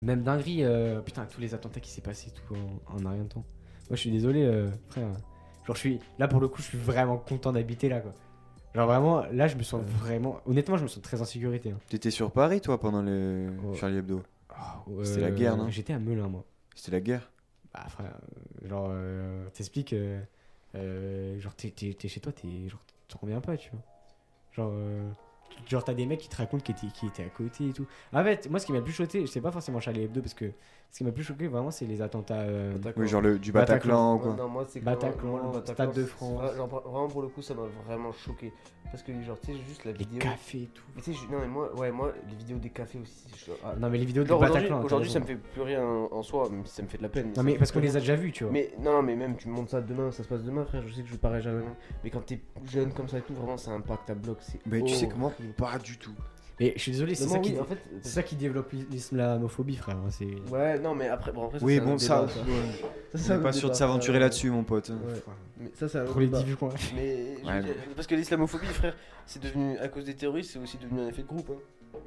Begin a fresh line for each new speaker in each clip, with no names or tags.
Même dinguerie, euh, putain, tous les attentats qui s'est passé tout en, en un rien de temps. Moi, je suis désolé, euh, frère. Genre, je suis là pour le coup, je suis vraiment content d'habiter là, quoi. Genre, vraiment, là, je me sens vraiment. Honnêtement, je me sens très en sécurité. hein.
T'étais sur Paris, toi, pendant le
Ouais.
Charlie Hebdo
Euh,
C'était Oh, la guerre, non
J'étais à Melun, moi.
C'était la guerre
Bah, frère, euh, genre, euh, t'expliques, euh, euh, genre, t'es, t'es- t'es chez toi, t'es, genre, t'en reviens pas, tu vois. Genre, euh, genre, t'as des mecs qui te racontent qui étaient, qui étaient à côté et tout. En fait, moi, ce qui m'a le plus choqué, c'est pas forcément Charlie Hebdo, parce que ce qui m'a le plus choqué, vraiment, c'est les attentats. euh,
D'accord.
Oui, genre le, du
Bataclan.
Bataclan,
Ouais,
ou quoi.
non, moi, c'est
Bataclan,
clairement- moi, le
Stade
Bataclan,
de
c'est-
France.
c'est vrai- genre, vraiment, pour le coup, ça m'a vraiment choqué. Parce que, genre, tu sais, juste la
les
vidéo.
cafés et tout.
Mais tu sais, je- non, mais moi, ouais, moi, les vidéos des cafés aussi. je- ah,
Non, mais les vidéos du
Genre, Aujourd'hui,
Bataclan. t'as
aujourd'hui,
raison.
ça me fait plus rien en soi, même si ça me fait de la peine.
Non,
ça me
mais
fait
parce
plus
qu'on les
rien.
a déjà vus, tu vois.
Mais non, non, mais même tu me montres ça demain, ça se passe demain, frère. Je sais que je parais jamais. Mais quand t'es jeune comme ça et tout, vraiment, ça impacte à bloc. c'est
Mais tu sais
horrible.
comment Pas du tout.
Mais je suis désolé, c'est
Mais
ça,
moi,
qui,
oui, en fait,
c'est ça qui développe l'islamophobie, frère. hein, c'est...
Ouais, non, mais après, bon, après,
Oui,
c'est un
bon,
autre
ça,
débat, Ça, c'est
On
un
n'est pas
autre
sûr de
débat,
s'aventurer
frère.
là-dessus, mon pote.
Ouais.
Frère,
Mais ça, c'est un
Pour
autre
les
débat.
10 vues qu'on a.
Mais, je veux
Ouais,
dire, parce que l'islamophobie, frère, c'est devenu à cause des terroristes, c'est aussi devenu un effet de groupe. hein.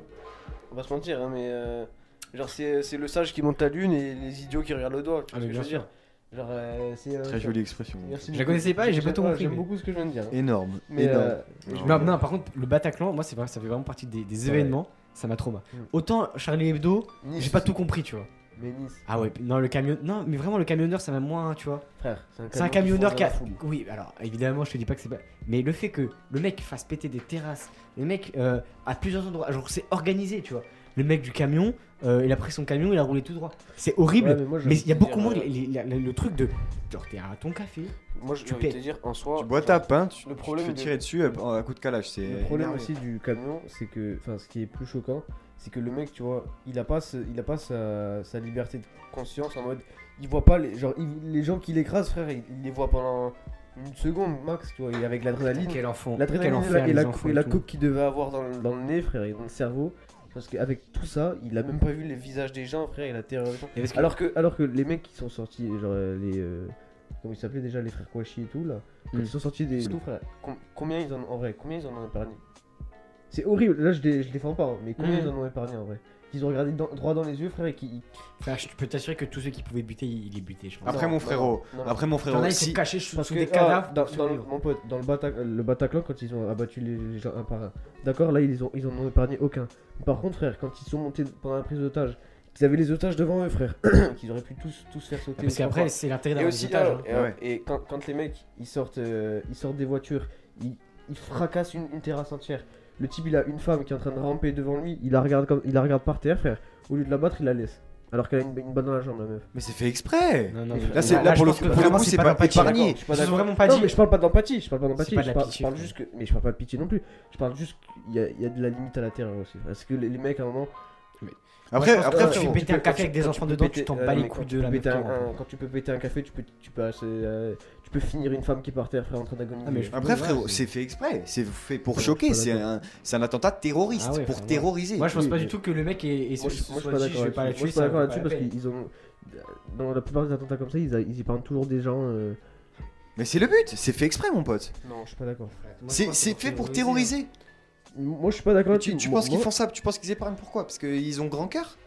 On va se mentir, hein, mais euh, genre c'est c'est le sage qui monte la lune et les idiots qui regardent le doigt. Tu
Ah,
vois
mais
ce que je
bien
veux
sûr.
dire Genre, euh, c'est euh,
Très
ça-
jolie expression.
Merci
Je la
beaucoup.
connaissais pas et j'ai pas
J'aime-
tout
ouais,
compris,
J'aime
mais-
beaucoup ce que je viens de dire.
Énorme.
Mais,
énorme.
euh, mais
Non,
Non,
Ouais.
non, par contre, le Bataclan, moi, c'est vrai, ça fait vraiment partie des, des
Ouais.
événements. Ça m'a trauma.
Mm.
Autant Charlie Hebdo,
Nice.
j'ai pas tout compris, tu vois.
Mais Nice,
Ah ouais, puis- non, le camion. Non, mais vraiment, le camionneur, ça m'a moins, tu vois.
frère, c'est un,
C'est un camionneur qui a.
fonce dans la foule.
Oui, alors, évidemment, je te dis pas que c'est pas. Mais le fait que le mec fasse péter des terrasses, le mec, euh, à plusieurs endroits, genre, c'est organisé, tu vois. Le mec du camion, euh, il a pris son camion, il a roulé tout droit. C'est horrible.
Ouais, mais moi, je
mais
veux
il y a
te
beaucoup
dire,
moins
euh,
les- les- la- la- le truc de. Genre, t'es à ton café.
Moi, je
tu
je vais te
payes.
dire en soi.
Tu bois ta pain, tu,
Le
tu
problème
te fais
de-
tirer dessus à, à coup de calage. C'est
Le problème
énervé.
aussi du camion, c'est que, enfin, ce qui est plus choquant, c'est que le mec, tu vois, il a pas, ce- il a pas sa, sa liberté de conscience en mode, il voit pas les, genre, il- les gens qui l'écrasent, frère, il, il les voit pendant une seconde max, tu vois, et avec l'adrénaline,
Quel enfant. Quel
l'adrénaline et
enfer,
la, et
les
la,
enfants
et
et
la
tout.
coupe qu'il devait avoir dans le, dans le nez, frère, et dans le cerveau, parce qu'avec tout ça, il a même pas vu les visages des gens, frère, il a terrorisé.
Et parce que-
Alors que, alors que les mecs qui sont sortis, genre euh, les. euh, comment ils s'appelaient déjà, les frères Kouachi et tout, là. Quand
Mm.
ils sont sortis des.
C'est tout,
Hmm. frère. combien ils en ont en vrai Combien ils en ont épargné C'est horrible, là je, dé- je défends pas, hein, mais combien
Mm.
ils en ont épargné en vrai Qu'ils ont regardé dans- droit dans les yeux, frère, et qui.
Frère, je peux t'assurer que tous ceux qui pouvaient buter, ils ils les butaient, je pense.
Après,
Non,
mon
non,
frérot,
non, non.
après mon
T'en
frérot,
as, ils sont
si,
cachés sous,
Ah, Parce
sous
que
des
ah,
cadavres.
dans,
pour
dans le,
survivre.
mon pote, dans le, Batac- le Bataclan, quand ils ont abattu les, les gens un par un, d'accord, là ils, ont, ils en ont épargné aucun. Par contre, frère, quand ils sont montés pendant la prise d'otage, qu'ils avaient les otages devant eux, frère, qu'ils auraient pu tous, tous faire sauter.
Parce
trois
qu'après,
fois.
c'est l'intérêt
Et
d'avoir des
aussi,
otages.
là,
hein.
et, euh,
Ouais.
et quand, quand les mecs ils sortent, euh, ils sortent des voitures, ils, ils fracassent une, une terrasse entière. Le type il a une femme qui est en train de ramper devant lui, il la regarde, comme, il la regarde par terre, frère. Au lieu de la battre, il la laisse. Alors qu'elle a une, une balle dans la jambe, la meuf.
mais c'est fait exprès.
Non, non,
Là,
mais-
c'est- là,
je
pour le
pense
coup-
que
pour le
vraiment,
coup, c'est pas
épargné.
épargné.
D'accord, je suis pas
Ils se sont
d'accord.
vraiment pas
non,
dit.
mais je parle pas d'empathie, je parle pas d'empathie.
pas de
je
la
parle-
pitié,
je parle
frère.
juste que. Mais je parle pas de pitié non plus. Je parle juste qu'il y a, il y a de la limite à la terreur aussi. Parce que les, les mecs à un moment.
Après,
pense que
après,
tu
frérot,
fais péter un
peux-
café
quand
avec des
quand
enfants
peux
dedans, tu
péter-
t'en
euh,
bats les
mais
couilles
quand
de
tu peux
la
péter
même
un-
temps,
un- Quand tu peux péter un café, tu peux, tu peux, assez, euh, tu peux finir une femme qui est par terre, frère, en train d'agoniser.
Ah, mais je-
après,
Ouais,
frérot,
c'est-
c'est fait exprès. C'est fait
Ouais,
pour
je suis
choquer.
pas
C'est
d'accord.
un, c'est un attentat terroriste
Ah ouais,
pour
frère,
terroriser.
Moi, je pense
oui,
pas du
mais-
tout que le mec est.
Moi, je, moi, je suis pas
dit, je
d'accord
vais pas la
là-dessus. Moi,
tuer.
je suis pas
ça
d'accord
vaut pas
là-dessus
la
parce
peine.
qu'ils ont. Dans la plupart des attentats comme ça, ils, a- ils y parlent toujours des gens. euh,
Mais c'est le but. C'est fait exprès, mon pote.
Non, je suis pas d'accord.
C'est c'est fait pour
hein.
terroriser.
Moi, je suis pas d'accord
Tu,
là-dessus.
tu
Moi-
penses qu'ils
moi-
font ça Tu penses qu'ils épargnent pourquoi Parce qu'ils ont grand cœur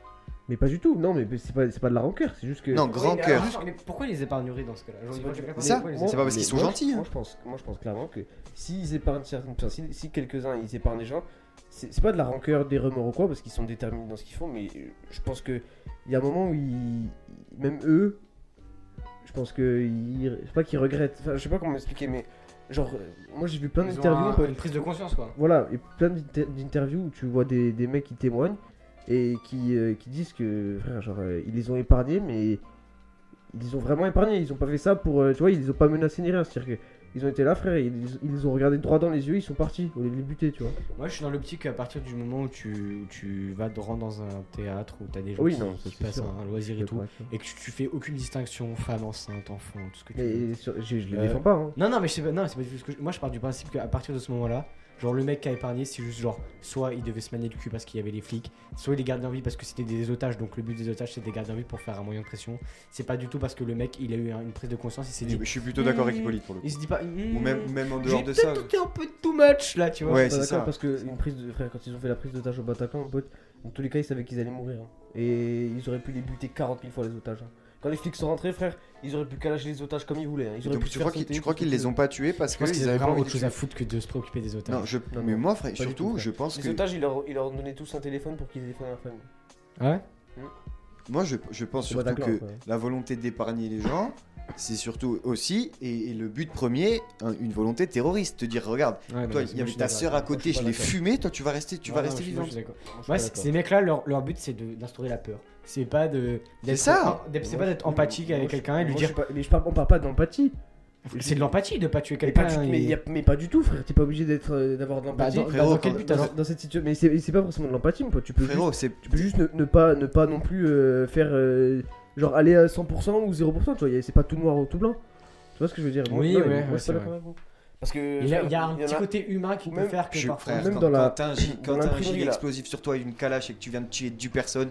Mais pas du tout. Non, mais c'est pas, c'est pas de la rancœur. C'est juste que.
Non, grand cœur.
Pourquoi les épargneraient dans ce cas-là Genre,
C'est
ils
pas-
vont dire,
mais
ça,
pourquoi ils
moi-
c'est pas parce qu'ils
mais
sont
moi, je-
gentils, hein.
Moi, je pense, moi, je pense clairement que s'ils épargnent certaines enfin, si, si quelques-uns ils épargnent les gens, c'est c'est pas de la rancœur, des remords ou quoi, parce qu'ils sont déterminés dans ce qu'ils font, mais euh, je pense que il y a un moment où ils. Même eux, je pense que. Ils, je sais pas qu'ils regrettent. Enfin, je sais pas comment m'expliquer, mais. Genre, euh, moi j'ai vu plein
Ils ont
d'interviews.
un-
quoi.
une prise de conscience, quoi.
Voilà, et plein d'inter- d'interviews où tu vois des, des mecs qui témoignent et qui, euh, qui disent que frère, genre, euh, ils les ont épargnés, mais ils les ont vraiment épargnés. Ils ont pas fait ça pour. euh, tu vois, ils les ont pas menacés ni rien. C'est-à-dire qu'ils ont été là, frère, et ils, ils les ont regardés droit dans les yeux, ils sont partis. On les buter, tu vois.
Moi, je suis dans l'optique à partir du moment où tu, où tu vas te rendre dans un théâtre où t'as des gens
Oui,
qui,
non, ça,
qui
c'est
passent
sûr.
un loisir et tout, et que tu, tu fais aucune distinction, femme enceinte, enfant, tout ce que tu veux.
Mais sur- je, je les
Euh,
défends pas. Hein.
Non, non, mais je sais pas, non, c'est pas du tout ce que je- Moi, je pars du principe qu'à partir de ce moment-là, genre, le mec qui a épargné, c'est juste genre, soit il devait se manier le cul parce qu'il y avait les flics, soit il les gardait en vie parce que c'était des otages, donc le but des otages, c'est de les garder en vie pour faire un moyen de pression. C'est pas du tout parce que le mec, il a eu un- une prise de conscience, il s'est dit.
Je suis plutôt d'accord avec
Hmm.
Hippolyte pour le coup.
Il se dit pas.
Ou même, même en
Hmm,
dehors
j'ai
de ça.
peut-être été un peu too much là, tu vois.
Ouais,
Je suis pas
c'est
d'accord
ça.
parce que une prise de frère quand ils ont fait la prise d'otage au Bataclan, pote, Dans tous les cas, ils savaient qu'ils allaient mourir. hein. Et ils auraient pu les buter 40 000 fois les otages. hein. Quand les flics sont rentrés, frère, ils auraient pu calacher les otages comme ils voulaient. hein. Ils auraient
Donc
pu
tu
faire
crois qu'ils
sauter
tu crois
tout
qu'ils
ce
les
que-
ont pas tués parce
Je pense
qu'ils
qu'ils
avaient
avaient
pas
vraiment
envie de
autre
les
chose à
tuer
foutre que de se préoccuper des otages.
Non, je...
non.
mais moi, frère,
du tout,
surtout,
frère.
je pense
Les
que. Bah,
otages, ils leur, ils leur donnaient tous un téléphone pour qu'ils aient téléphoné à la famille.
Ah ouais
Moi, je, je pense
C'est pas
surtout que
d'accord, quoi.
la volonté d'épargner les gens, c'est surtout aussi, et, et le but premier, un- une volonté terroriste. Te dire, regarde,
Ouais, non,
toi,
Ah, mais
il y avait
moi,
ta
je suis
sœur à
d'accord.
côté,
je
je
suis pas
l'ai
d'accord.
fumée, toi, tu vas rester, tu
Non,
vas
non,
rester
je suis- moi, je
vivant.
suis d'accord.
Moi, je suis
Ouais,
pas
c'est-
d'accord.
ces mecs-là, leur, leur but c'est de- d'instaurer la peur. C'est pas de. d'être-
ça
d'être- C'est pas d'être empathique avec quelqu'un et lui dire.
Mais je parle, on parle pas d'empathie.
C'est de l'empathie de pas tuer
Mais pas,
quelqu'un.
du-
et-
mais, y a- mais pas du tout, frère. T'es pas obligé d'être, euh, d'avoir de
Bah,
l'empathie.
dans,
Frérot,
bah, dans quel
quand-
but
dans,
alors
dans cette situation, mais c'est c'est pas forcément de l'empathie, mon pote. Tu peux
Frérot, c'est.
Tu peux juste ne, ne pas, ne pas non plus euh, faire. euh, genre aller à 100% ou 0%, tu vois. y a- C'est pas tout noir ou tout blanc. Tu vois ce que je veux dire Moi,
Oui,
non,
ouais,
moi,
ouais,
je suis
c'est
pas
vrai.
d'accord avec vous. Parce que.
Il y a,
frère,
il y a un
il y en
petit côté humain qui peut
Même-
faire que
Je,
parfois.
frère,
même
quand,
dans la-
quand t'as un, gi- quand
dans
t'as un
l'imprimerie,
gilet
là.
explosif sur toi et une calache et que tu viens de tuer 10 personnes,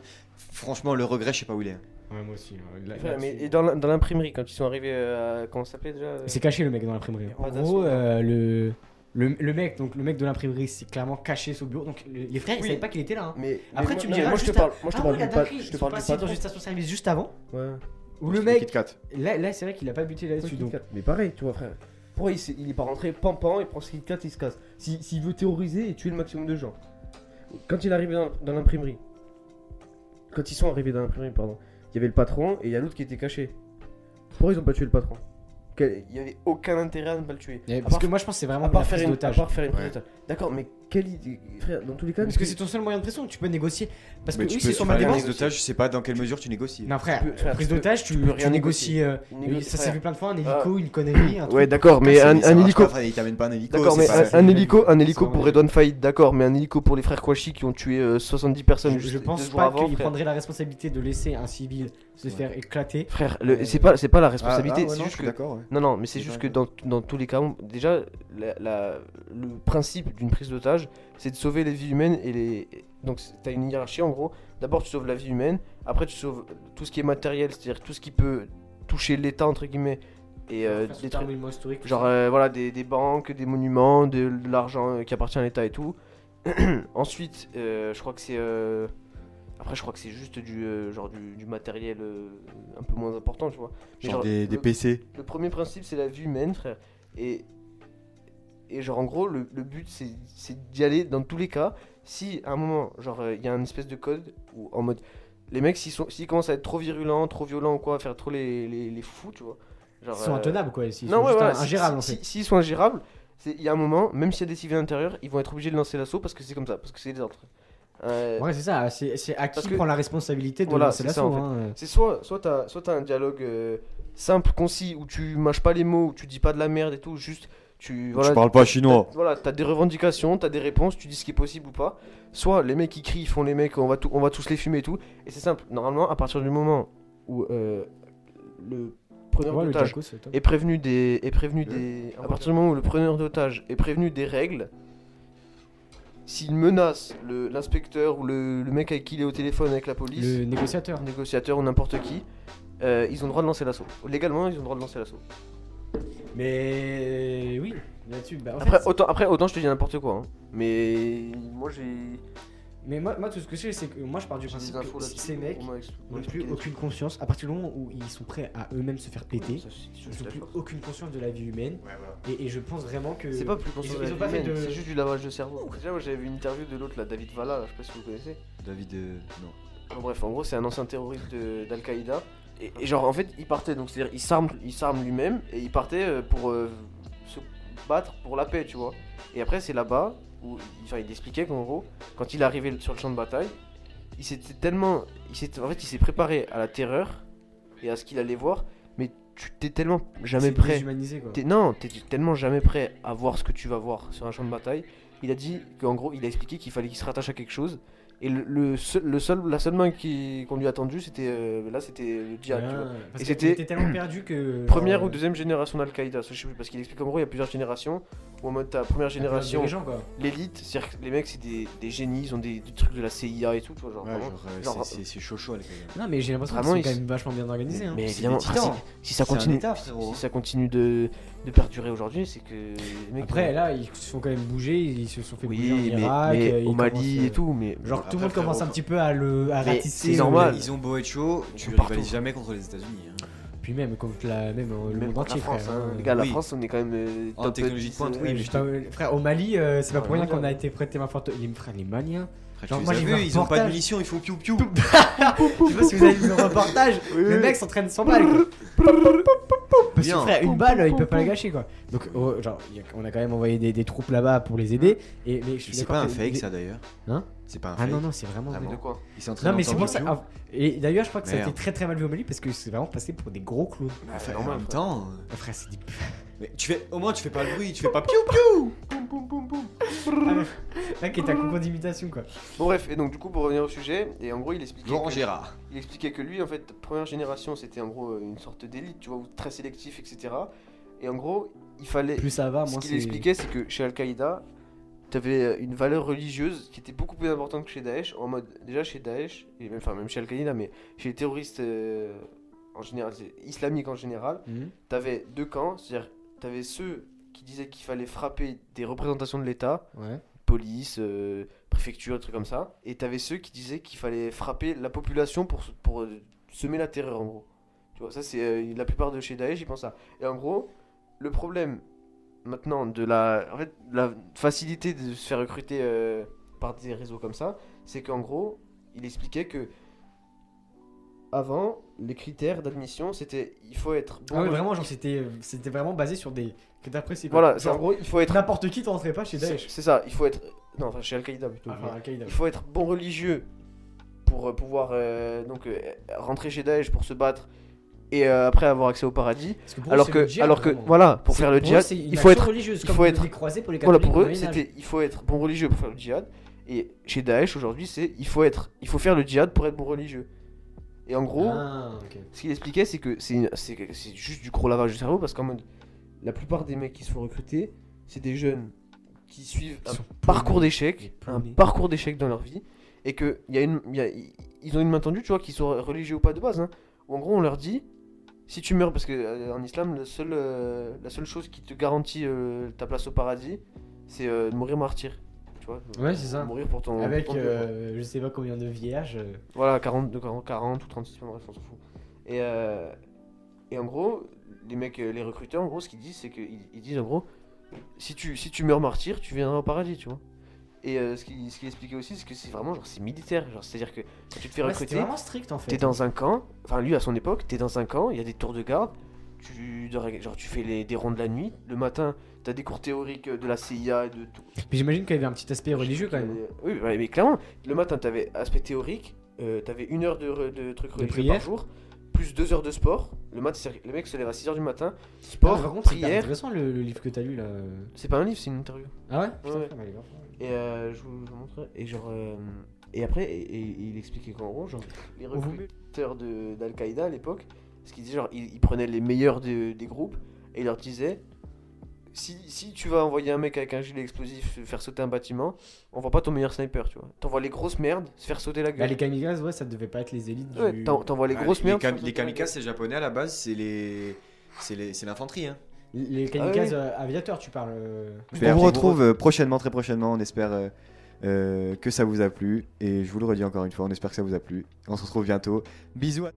franchement, le regret, je sais pas où il est. hein.
Ouais, moi aussi. ouais, là-
a- frère, mais-
là-dessus.
et dans la- dans l'imprimerie, quand ils sont arrivés euh, à. Comment ça s'appelait déjà euh,
C'est caché le mec dans l'imprimerie.
y a
En
pas
gros,
d'assaut,
euh, le, le, le mec donc le mec de l'imprimerie c'est clairement caché sous le bureau. Donc le- les frères ils
Oui.
savaient pas qu'il était là. hein.
Mais,
Après,
mais
tu me
moi-
diras
Moi, je te
juste à-
parle, moi, je te
Ah
parle
ouais,
du
la
pa-
dinguerie,
je te
ils sont
parle du
passés dans une
patron.
station service juste avant.
Ouais.
Où le
Le Kit
mec.
Kat.
Là, là c'est vrai qu'il a pas buté là-dessus. Donc
Mais pareil, tu vois, frère. Pourquoi il, s'est- il est pas rentré pampan, il prend ce Kit Kat, il se casse Si- S'il veut terroriser et tuer le maximum de gens. Quand il est arrivé dans, dans l'imprimerie, quand ils sont arrivés dans l'imprimerie, pardon, il y avait le patron et il y a l'autre qui était caché. Pourquoi ils ont pas tué le patron Quel- Il y avait aucun intérêt à ne pas le tuer.
Eh,
À
Parce
part,
que moi je pense que c'est vraiment
à
de la
part faire
prise
une, à
d'otage.
part faire une prise
Ouais.
d'otage. D'accord, mais quelle idée. Frère, dans tous les cas.
Parce que c'est ton seul moyen de pression. Tu peux négocier. Parce que
Mais tu
oui
peux
c'est sur
sur
ma
vas
ma
dire-
démence.
prise d'otage, je sais pas dans quelle mesure tu négocies.
Non frère,
Tu peux- frère,
prise
tu peux-
d'otage tu,
tu peux
tu
rien
négocies. euh,
Négocie,
ça s'est
frère.
vu plein de fois un
Ah.
hélico, une connerie, un truc.
Ouais, d'accord, mais
Ça,
un,
ça
un
marche
hélico.
pas, frère, il t'amène pas un hélico.
D'accord,
c'est
mais
pas-
ça,
un,
c'est
un
une
hélico, un hélico
C'est
pour
vrai.
Redouane Faïd, d'accord, mais un hélico pour les frères Kouachi qui ont tué euh, 70 personnes.
Je,
juste
je pense
deux jours
pas
avant,
qu'il
frère.
prendrait la responsabilité de laisser un civil se
Ouais.
faire éclater.
Frère,
Euh,
le- c'est pas, c'est pas la
Ah, ah,
responsabilité.
ouais,
c'est
non, je
juste
suis
que...
d'accord. ouais.
Non, non, mais c'est
C'est
juste que
pas
dans, dans tous les cas, on- déjà, la- la- le principe d'une prise d'otage, c'est de sauver les vies humaines et les. Donc, c'est- t'as une hiérarchie en gros. D'abord, tu sauves la vie humaine. Après, tu sauves tout ce qui est matériel, c'est-à-dire tout ce qui peut toucher l'État, entre guillemets, et euh,
Faire sauter
des
un
trucs.
monument historique.
Genre, euh, voilà, des, des banques, des monuments, de, de l'argent euh, qui appartient à l'État et tout. Ensuite, euh, je crois que c'est. euh, Après, je crois que c'est juste du, euh, genre du, du matériel euh, un peu moins important, tu vois. Mais
Genre des, des
le-
PC.
le premier principe, c'est la vie humaine, frère. Et, et genre, en gros, le, le but, c'est- c'est d'y aller dans tous les cas. Si à un moment, genre, euh, il y a une espèce de code, ou en mode, les mecs, s'ils sont- s'ils commencent à être trop virulents, trop violents ou quoi, à faire trop les, les, les fous, tu vois. Genre,
Ils sont
euh,
intenables quoi, ils sont
non, ouais,
juste
voilà, si-
ingérables en
si-
fait.
si- S'ils sont ingérables, c'est- il y a un moment, même s'il y a des civils à l'intérieur, ils vont être obligés de lancer l'assaut parce que c'est comme ça, parce que c'est des ordres. Euh,
Ouais, c'est ça, c'est c'est à
Parce
qui
que-
prend la responsabilité de
Voilà,
lancer
c'est ça, en
l'assaut.
fait.
hein.
C'est soit soit t'as soit t'as un dialogue euh, simple, concis où tu mâches pas les mots, où tu dis pas de la merde et tout, juste tu voilà.
parles pas chinois.
t'as- Voilà, t'as des revendications, t'as des réponses, tu dis ce qui est possible ou pas. Soit les mecs qui crient, ils font les mecs, on va tout, on va tous les fumer et tout. Et c'est simple. Normalement, à partir du moment où euh, le preneur
Ouais, le
d'otage
Jaco, c'est top.
est prévenu des est prévenu
Le-
des à partir du moment où le preneur d'otage est prévenu des règles s'il menace le- l'inspecteur ou le, le mec avec qui il est au téléphone avec la police
Le négociateur.
un négociateur ou n'importe qui, euh, ils ont le droit de lancer l'assaut. Légalement, ils ont le droit de lancer l'assaut.
Mais oui, là-dessus. bah, en fait,
Après, autant, après, autant je te dis n'importe quoi. hein. Mais moi j'ai.
Mais moi, moi, tout ce que je sais, c'est que moi je pars du
j'ai
principe
des infos
que
là-dessus.
ces mecs
On m'a expl- on m'a
n'ont plus
expliqué des
aucune conscience. À partir du moment où ils sont prêts à eux-mêmes se faire
trucs.
péter,
Ça, c'est- je
ils
suis
n'ont plus
d'accord.
aucune conscience de la vie humaine.
Ouais, voilà.
Et, et je pense vraiment que.
C'est pas plus
ils,
conscient
ils ont
de la
pas
vie
fait
humaine,
de.
c'est juste du lavage de cerveau. Déjà, moi j'avais vu une interview de l'autre, là, David Valla, là, je sais pas si vous connaissez.
David. euh, Non.
Bon, Ah, bref, en gros, c'est un ancien terroriste de- d'Al-Qaïda. Et, et genre, en fait, il partait, donc c'est-à-dire, il s'arme, il s'arme lui-même et il partait euh, pour euh, se battre pour la paix, tu vois. Et après, c'est là-bas où il- enfin, il expliquait qu'en gros, quand il est arrivé sur le champ de bataille, il s'était tellement. Il s'était- en fait, il s'est préparé à la terreur et à ce qu'il allait voir, mais tu t'es tellement jamais
c'est
prêt.
déshumanisé, quoi.
T'es- non, t'es tellement jamais prêt à voir ce que tu vas voir sur un champ de bataille. Il a dit qu'en gros, il a expliqué qu'il fallait qu'il se rattache à quelque chose. Et le, le seul, le seul- la seule main qui- qu'on lui a tendue, c'était euh, là, c'était le djihad. tu vois.
Ouais, parce que
Et c'était-
t'étais tellement perdu que.
Première
genre,
ou deuxième génération d'Al-Qaïda, ça, je sais plus, parce qu'il explique qu'en gros, il y a plusieurs générations. Ou en mode, ta première
euh,
génération,
les gens, quoi.
l'élite, c'est-à-dire que les mecs, c'est des, des génies, ils ont des, des trucs de la CIA et tout, tu vois, genre,
Ouais,
vraiment.
genre, euh,
Genre-
c'est- c'est c'est chaud chaud, les gars.
Non, mais j'ai l'impression qu'ils
Vraiment,
sont
ils-
quand même vachement bien organisés. hein.
Mais
C'est
évidemment,
des
ah,
titans.
si, si ça
C'est un
continue,
état, frérot. hein.
si ça continue de, de perdurer aujourd'hui, c'est que les mecs- euh,
Après, là, ils se sont quand même bougés, ils se sont fait bouger en
oui, mais,
Irak,
mais
euh, ils
au Mali
commencent, euh,
et tout, mais
Genre,
Ah
tout le
Après,
monde commence un
frérot,
petit peu à le à
Mais
ratisser.
c'est
le-
normal.
Ils ont beau être chaud, tu
Partout.
rivalises jamais contre les États-Unis. hein.
Puis même contre la même euh, le
Même
monde
contre
entier,
la France,
frère.
hein.
hein.
les gars, la
Oui.
France, on est quand même. euh,
En
top
technologie de
10,
pointe,
euh,
oui,
Ouais,
mais
mais putain, frère, au Mali, euh, c'est pas pour
Ah, Ouais,
rien
mondial.
qu'on a été prêté main forte. Les, frères, les Maliens.
Après,
Genre,
tu les
moi,
as
j'ai vu
vus,
un
ils ont pas de
reportage.
munitions, ils font piou piou.
Je sais pas si vous avez vu le reportage. le
Euh.
mec s'entraîne 100 balles. quoi. Parce que
Bien.
frère, une balle, il peut pas la gâcher quoi. Donc, oh, genre, y a- on a quand même envoyé des, des troupes là-bas pour les aider. Et, mais je suis
C'est
d'accord
pas un
que-
fake ça d'ailleurs.
Hein
C'est pas un
Ah
fake.
non, non, c'est vraiment.
Ah
vrai.
bon.
De quoi
Ils s'entraînent
Non, mais
en
c'est
tant
pour
que
ça.
piou.
ah, Et d'ailleurs, je crois que ça a été
Merde.
très très mal vu au Mali parce que c'est vraiment passé pour des gros clowns.
Bah, fait- en
normal,
même
quoi.
temps. euh,
Ah, Frère, c'est des.
Mais tu fais, au moins tu fais pas le bruit, tu fais pas piou.
Mec, est un concours d'imitation quoi.
Bon, bref, et donc du coup, pour revenir au sujet, et en gros, il expliquait.
Laurent
que-
Gérard.
Il expliquait que lui, en fait, première génération, c'était en gros euh, une sorte d'élite, tu vois, ou très sélectif, etc. Et en gros, il fallait.
Plus ça va,
ce
moins
qu'il expliquait, c'est que chez Al-Qaïda, t'avais euh, une valeur religieuse qui était beaucoup plus importante que chez Daesh. En mode, déjà chez Daesh, et même, enfin, même chez Al-Qaïda, mais chez les terroristes euh, en général, c'est islamique en général,
Mhm.
t'avais deux camps, c'est-à-dire, t'avais ceux qui disaient qu'il fallait frapper des représentations de l'État
Ouais.
police, euh, préfecture, des trucs comme ça. Et t'avais ceux qui disaient qu'il fallait frapper la population pour, pour euh, semer la terreur, en gros. Tu vois, ça, c'est euh, la plupart de chez Daesh, ils pensent ça. Et en gros, le problème maintenant de la, en fait, de la facilité de se faire recruter euh, par des réseaux comme ça, c'est qu'en gros, il expliquait que. Avant, les critères d'admission, c'était il faut être bon.
Ah ouais,
dans-
vraiment, genre, c'était c'était vraiment basé sur des. Que d'apprécier quoi.
Voilà, c'est en
genre,
gros, il faut être.
n'importe qui t'entrait pas chez
C'est
Daesh. Ah,
c'est ça, il faut être. Non, enfin, chez Al-Qaïda plutôt.
Enfin, Al-Qaïda.
Il faut être bon religieux pour euh, pouvoir euh, donc euh, rentrer chez Daesh pour se battre et euh, après avoir accès au paradis.
Parce que pour eux,
alors
c'est
que,
le djihad,
alors que
vraiment.
voilà, pour
C'est-
faire le
eux,
djihad,
c'est une
il faut
action
être,
religieres,
il
comme
faut
les
être-
croisés pour les
voilà
catholiques
pour
au
eux,
Moyen-Âge.
c'était il faut être bon religieux pour faire le djihad et chez Daesh aujourd'hui c'est il faut être, il faut faire le djihad pour être bon religieux. Et en gros,
Ah, ok.
ce qu'il expliquait, c'est que c'est une- c'est que- c'est juste du gros lavage de cerveau parce qu'en mode, la plupart des mecs qui se font recruter, c'est des jeunes qui suivent
Ils
un
sont
parcours
paumés.
d'échecs,
Ils sont
un
paumés.
parcours d'échecs dans leur vie, et que il y a une, il y a- ils ont une main tendue, tu vois, qu'ils soient religieux ou pas de base. hein, où en gros, on leur dit, si tu meurs, parce que euh, en islam, la seule, euh, la seule chose qui te garantit euh, ta place au paradis, c'est euh, de mourir martyr. Tu vois,
Ouais, c'est ça.
Mourir pour ton.
Avec
pour ton Dieu, quoi.
euh, je sais pas combien de vierges. euh,
Voilà, 40, de 40, 40 ou 36, peu, bref, on s'en fout. Et, euh, et en gros, les mecs, euh, les recruteurs, en gros, ce qu'ils disent, c'est qu'ils ils disent, en gros, si tu, si tu meurs martyr, tu viendras au paradis, tu vois. Et euh, ce qu'il ce qu'il expliquait aussi, c'est que c'est vraiment, genre, c'est militaire. Genre, c'est-à-dire que quand tu te fais
ouais, C'était
recruter,
vraiment strict en
t'es
fait.
dans un camp, enfin, lui, à son époque, t'es dans un camp, il y a des tours de garde, tu, dors- genre, tu fais les, des rondes la nuit, le matin, t'as des cours théoriques euh, de la CIA et de tout.
Puis j'imagine qu'il y avait un petit aspect religieux quand même. hein.
Oui, ouais, mais clairement, le matin, t'avais aspect théorique, euh, t'avais une heure de, re- de trucs religieux par
prière.
jour, plus deux heures de sport. Le, mat, c'est- le mec se lève à 6 heures du matin,
Ah, Par
sport,
contre, c'est hyper
prière.
intéressant le, le livre que t'as lu là. euh.
C'est pas un livre, c'est une interview.
Ah ouais Putain,
ouais.
frère, allez, voir.
Et euh, je vous je vous montre. Et genre. euh, et après, et, et- et il expliquait qu'en gros, genre, les
Au bout-
recruteurs de- d'Al-Qaïda à l'époque, ce qu'ils disaient, genre, ils, ils prenaient les meilleurs de- des groupes et ils leur disaient. Si, si tu vas envoyer un mec avec un gilet explosif faire sauter un bâtiment, on voit pas ton meilleur sniper, tu vois. T'envoies les grosses merdes se faire sauter la
Bah,
gueule.
les kamikazes, ouais, ça devait pas être les élites
Ouais,
du.
t'en- t'envoies les
Ah,
grosses
les,
merdes.
kam-
sur le
les
terrain.
kamikazes, c'est japonais à la base, c'est les. C'est les- c'est l'infanterie. Hein.
Ah,
Les kamikazes euh, aviateurs, tu parles. euh.
Merci
vous
beaucoup.
retrouve,
prochainement, très prochainement. On espère euh, que ça vous a plu. Et je vous le redis encore une fois, on espère que ça vous a plu. On se retrouve bientôt. Bisous à